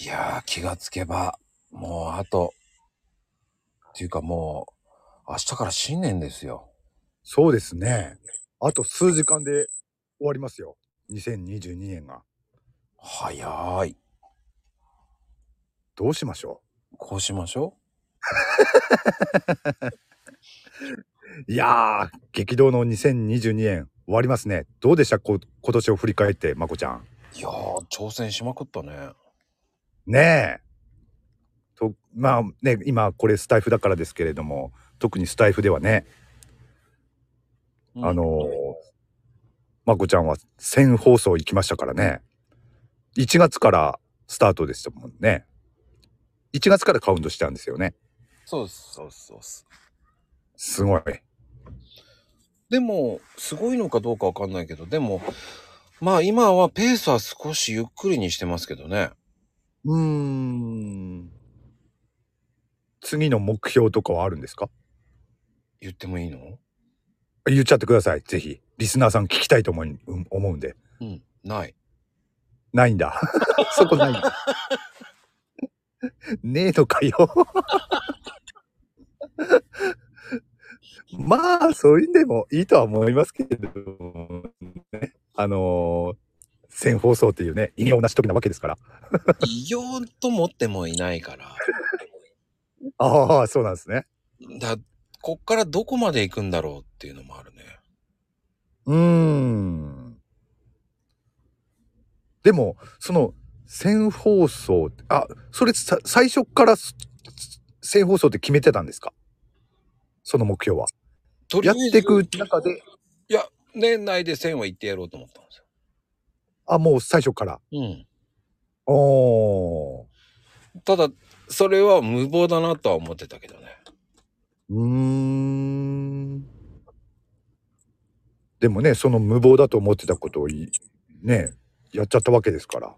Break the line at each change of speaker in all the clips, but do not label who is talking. いやー、気がつけば、もうあと、っていうかもう、明日から新年ですよ。
そうですね。あと数時間で終わりますよ。2022年が。
早い。
どうしましょ
こうしましょ
ういやー、激動の2022年終わりますね。どうでしたこ今年を振り返って、まこちゃん。
う。いやー、挑戦しまくったね。
ねえ。と、まあね、今これスタイフだからですけれども、特にスタイフではね、
うん
あのー、まこちゃんは1000放送行きましたからね。1月からスタートでしたもんね。1月からカウントしたんですよね。
そうです、そうです、そうです。
すごい。
でも、すごいのかどうかわかんないけど、でも、まあ今はペースは少しゆっくりにしてますけどね。
うーん。次の目標とかはあるんですか
言ってもいいの
言っちゃってください。ぜひ。リスナーさん聞きたいと思いうん思うんで。
うん、 ない。
ないんだ。そこないんだ。ねえのかよ。まあ、そういうんでもいいとは思いますけれども、ね、あのー、線放送っていうね、異様なしときなわけですから。
異様と思ってもいないから。
ああ、そうなんですね。
だこっからどこまで行くんだろうっていうのもあるね。
うーん。でも、その、線放送って、あ、それさ最初からすす線放送って決めてたんですかその目標は。
とり
や
あ
っ
えず
ていく中で、
いや、年内で1000は行ってやろうと思ったんですよ。
あ、もう最初から。
う
おー。
ん。ただ、それは無謀だなとは思ってたけどね。
うーん。でもね、その無謀だと思ってたことをい、ね、やっちゃったわけですから。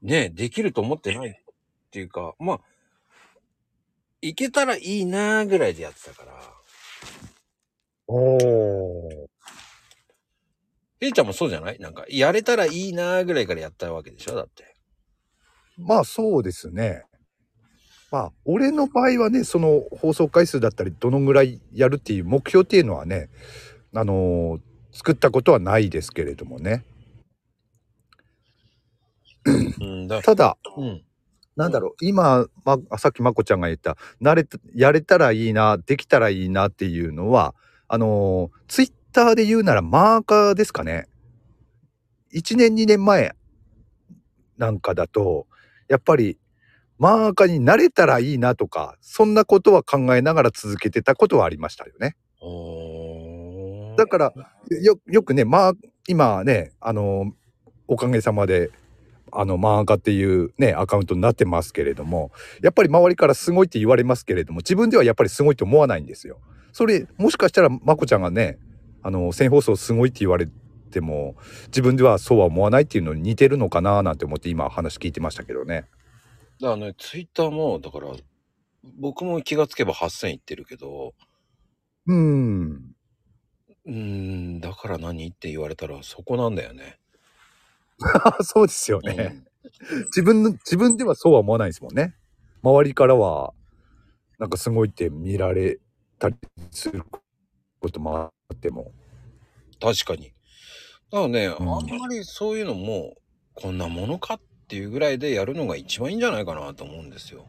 ねえできると思ってないっていうか、まあ、行けたらいいなーぐらいでやってたから。
おー。
えいちゃんもそうじゃないなんか、やれたらいいなーぐらいからやったわけでしょだって。
まあそうですね。まあ俺の場合はねその放送回数だったりどのぐらいやるっていう目標っていうのはねあのー作ったことはないですけれどもね
うんだ。
ただ
うん。
なんだろう今、ま、さっきまこちゃんが言った慣れたやれたらいいなできたらいいなっていうのはあのツイッターで言うならマーカーですかね1年2年前なんかだとやっぱりマーカーに慣れたらいいなとかそんなことは考えながら続けてたことはありましたよね。
おー
だからよよくね、まあ、今ね、あの、おかげさまで、あの、マーカっていうね、アカウントになってますけれども、やっぱり周りからすごいって言われますけれども、自分ではやっぱりすごいと思わないんですよ。それ、もしかしたら、まこちゃんがね、あの、線放送すごいって言われても、自分ではそうは思わないっていうのに似てるのかななんて思って今話聞いてましたけどね。
だからね、ツイッターも、だから、僕も気がつけば8000いってるけど、
うーん。
うーん、だから何って言われたらそこなんだよね。
そうですよ
う
ね。
ん
自分の自分ではそうは思わないですもんね周りからはなんかすごいって見られたりすることもあっても
確かに。だからね、
ん
あんまりそういうのも、こんなものかっていうぐらいでやるのが一番いいんじゃないかなと思うんですよ。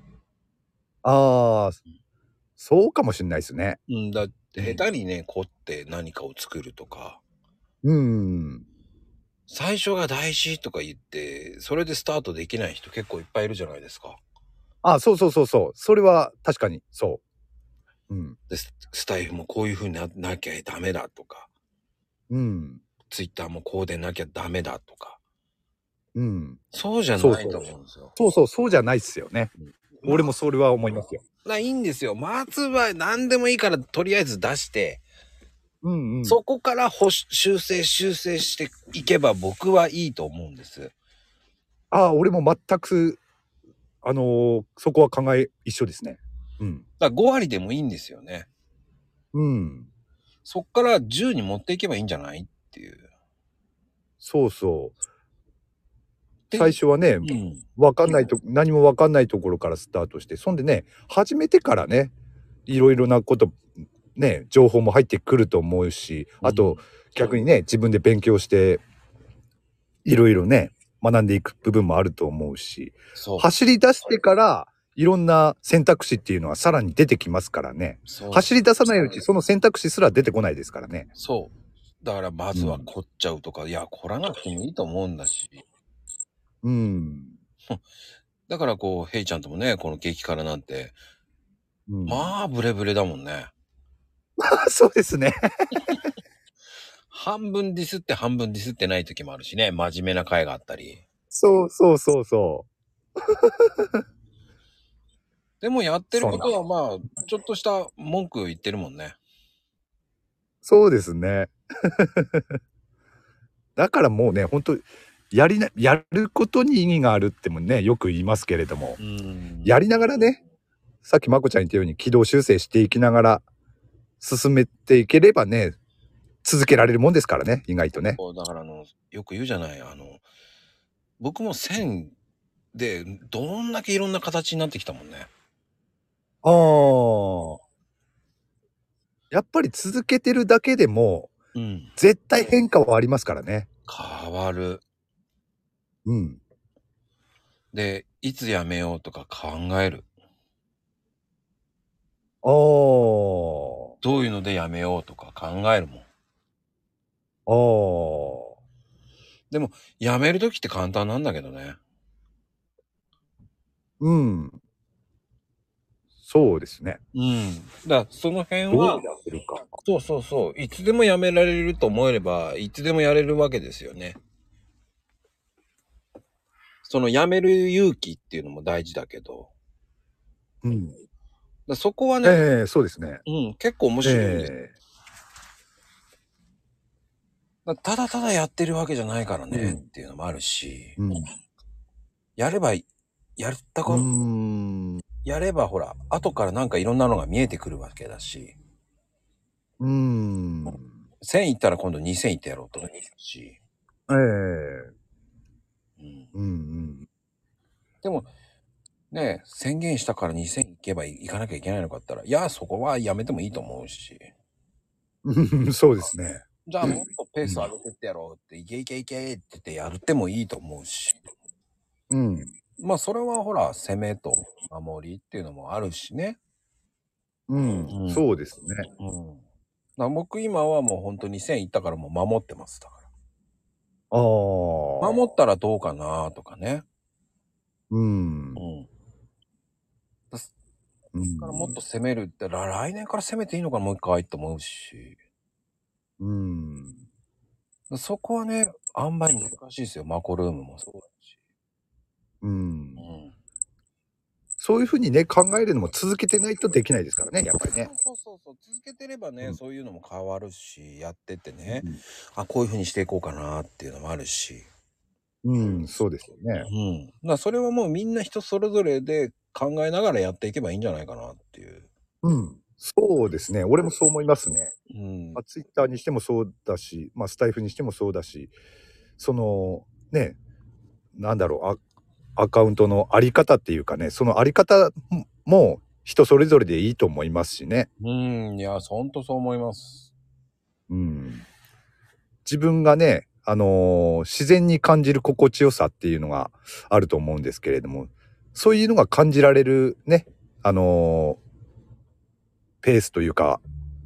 ああそうかもしれないですね
うん、だって下手にね、凝って何かを作るとか、
うん
最初が大事とか言って、それでスタートできない人結構いっぱいいるじゃないですか。
あそうそうそうそうそれは確かにそううん
でススタイフもこういう風にななきゃダメだとか、
うん
ツイッターもこうでなきゃダメだとか、
うん
そうじゃ
そう
な
そ
いうと思うんですよ。
そうそうそうじゃないっすよね俺もそれは思いますよ
な、いいんですよ。まずは何でもいいからとりあえず出して、
うんうん
そこから保守修正修正していけば僕はいいと思うんです。
ああ俺も全くあのーそこは考え一緒ですねうん
だから5割でもいいんですよね。
うん
そっから10に持っていけばいいんじゃないっていう。
そうそう
で
最初はね、
うん。
わかんないと、何もわかんないところからスタートして、そんでね、始めてからね、いろいろなこと、ね、情報も入ってくると思うし、あと、逆にね、自分で勉強して、いろいろね、学んでいく部分もあると思うし、
そう、
走り出してから、いろんな選択肢っていうのはさらに出てきますからね。
そう
走り出さないうち、その選択肢すら出てこないですからね。
そう。だから、まずは
うん
凝っちゃうとか、いや、凝らなくてもいいと思うんだし。
うん。
だから、こう、ヘイちゃんともね、この激辛なんて、
うん、
まあ、ブレブレだもんね。
そうですね。
半分ディスって半分ディスってない時もあるしね、真面目な回があったり。
そうそうそうそ
でもやってること
そ
はまあ、ちょっとした文句言ってるもんね。
う。そうですね。 だからもうね、本当やりな、やることに意義があるってもね、よく言いますけれども、
うん
やりながらね、さっきまこちゃん言ったように軌道修正していきながら進めていければね、続けられるもんですからね、意外とね。
そうだからあの、よく言うじゃない、あの、僕も線で、どんだけいろんな形になってきたもんね。
ああ。やっぱり続けてるだけでも、
うん。
絶対変化はありますからね。
変わる。
うん。
で、いつやめようとか考える。
ああ。
どういうのでやめようとか考えるもん。
ああ。
やめるときって簡単なんだけどね。
うん。そうですね。
うん。だからその辺
どうや
は、
ってるか。
そうそうそう。いつでもやめられると思えれば、いつでもやれるわけですよね。そのやめる勇気っていうのも大事だけど、
うん。
だそこはね、
ええそうですね。
うん、結構面白いんです、
ええ
だただただやってるわけじゃないからね、
うん
っていうのもあるし、
うん。
やれば、やったこ、
うん。
やればほら、後からなんかいろんなのが見えてくるわけだし、
うん。
1000いったら今度2000いってやろうと思うし、
ええ
うん、
うんうん。
でも、ねえ、宣言したから2000行けばい行かなきゃいけないのかって言ったら、いや、そこはやめてもいいと思うし、
うんそうですね。
じゃあもっとペース上げてってやろうって、いけいけいけって言ってやってもいいと思うし、
うん。
まあそれはほら、攻めと守りっていうのもあるしね。
うん。
うん
そうですね。
うん。だから僕今はもう本当に1000行ったからもう守ってます。だか
ああ。
ら。守ったらどうかなとかね。
うん。
うん。だ
うん
からもっと攻めるって、ら来年から攻めていいのかなもう一回って思うし。
うん。
そこはね、あんまり難しいですよ。マコルームもそうだし。
うん
う。ん。
そういうふうにね、考えるのも続けてないとできないですからね、やっぱりね。
そうそうそう。続けてればね、
うん
そういうのも変わるし、やってってね、あ、こういう風にしていこうかなっていうのもあるし。
うん、そうですよ
う
ね。
ん。だからそれはもうみんな人それぞれで考えながらやっていけばいいんじゃないかなっていう。
うん。そうですね。俺もそう思いますね。
うん
まあ、。ツイッターにしてもそうだし、まあ、スタイフにしてもそうだし、その、ね、なんだろう、あアカウントのあり方っていうかね、そのあり方もも人それぞれでいいと思いますしね。
うん。いや、ほんとそう思います。
うん。自分がね、あのー自然に感じる心地よさっていうのがあると思うんですけれども、そういうのが感じられるね、あのーペースというか、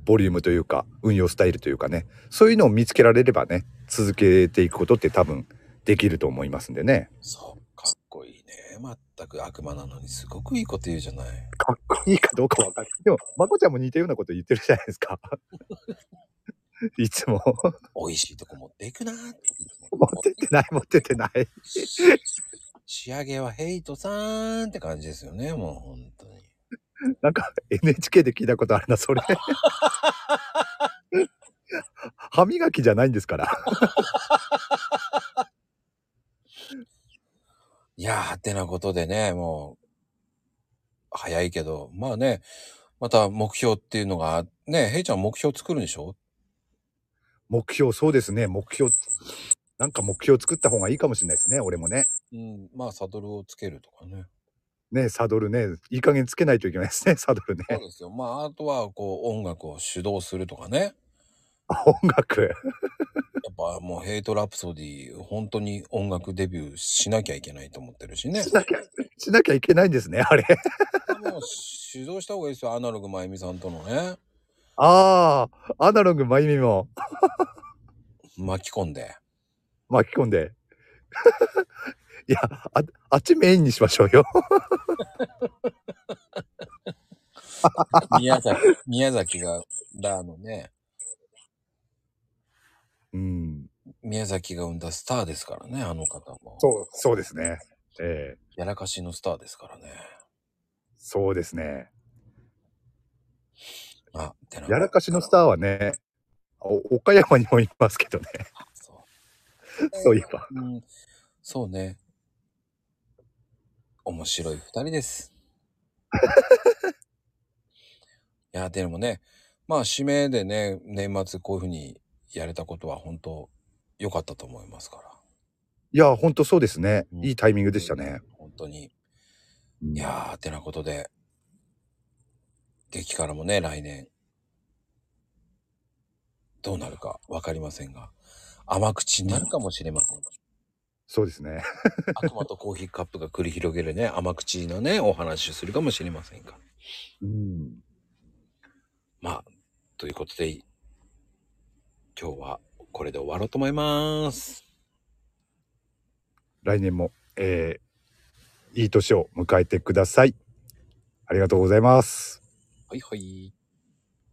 ボリュームというか、運用スタイルというかね、そういうのを見つけられればね、続けていくことって多分できると思いますんでね。
そう。かっこいいね。まったく悪魔なのにすごくいいこと言うじゃない。
かっこいいかどうかわかんない。でも、まこちゃんも似たようなこと言ってるじゃないですか。 いつも。
美味しいとこ持っていくなーって。
持ってってない、持ってってない。
仕上げはヘイトさーんって感じですよね、もう本当に。
なんか NHK で聞いたことあるな、 それ。歯磨きじゃないんですから。
いやー、ってなことでね、もう、早いけど、まあね、また目標っていうのが、ね、ヘイちゃん目標作るんでしょ
目標、そうですね、目標。なんか目標作った方がいいかもしれないですね、俺もね。
うん、まあサドルをつけるとかね。
ね、サドルね、いい加減つけないといけないですね、サドルね。
そうですよ。まああとはこう音楽を主導するとかね。
音楽。
やっぱもうヘイトラプソディ、本当に音楽デビューしなきゃいけないと思ってるし ね。
しなきゃ、しなきゃいけないんですね、あれ。
もう主導した方がいいですよ。アナログまゆみさんとのね。
ああ、アナログまゆみも
巻き込ん で。
巻き込んで。 いやあ、あっちメインにしましょうよ。
宮崎、宮崎が、らのね、
うん。
宮崎が生んだスターですからね、あの方も。
そう、そうですね。ええ
やらかしのスターですからね。
そうですね。
あ、てな。
やらかしのスターはね、お岡山にもいますけどね。
そう。
そう いえば。
うん、そうね。面白い二人 です。いや、でもね、まあ、締めでね、年末こういうふうにやれたことは本当良かったと思いますから。
いや、ほんとそうですね。
うん
いいタイミングでしたね。
本当に。
うん
いやー、てなことで、激辛もね、来年、どうなるかわかりませんが、甘口になるかもしれません。
そうですね。
悪魔とコーヒーカップが繰り広げるね、甘口のね、お話をするかもしれませんが。
うん。
まあ、ということで、今日はこれで終わろうと思います。
来年も、えーいい年を迎えてください。ありがとうございます。
はいはい。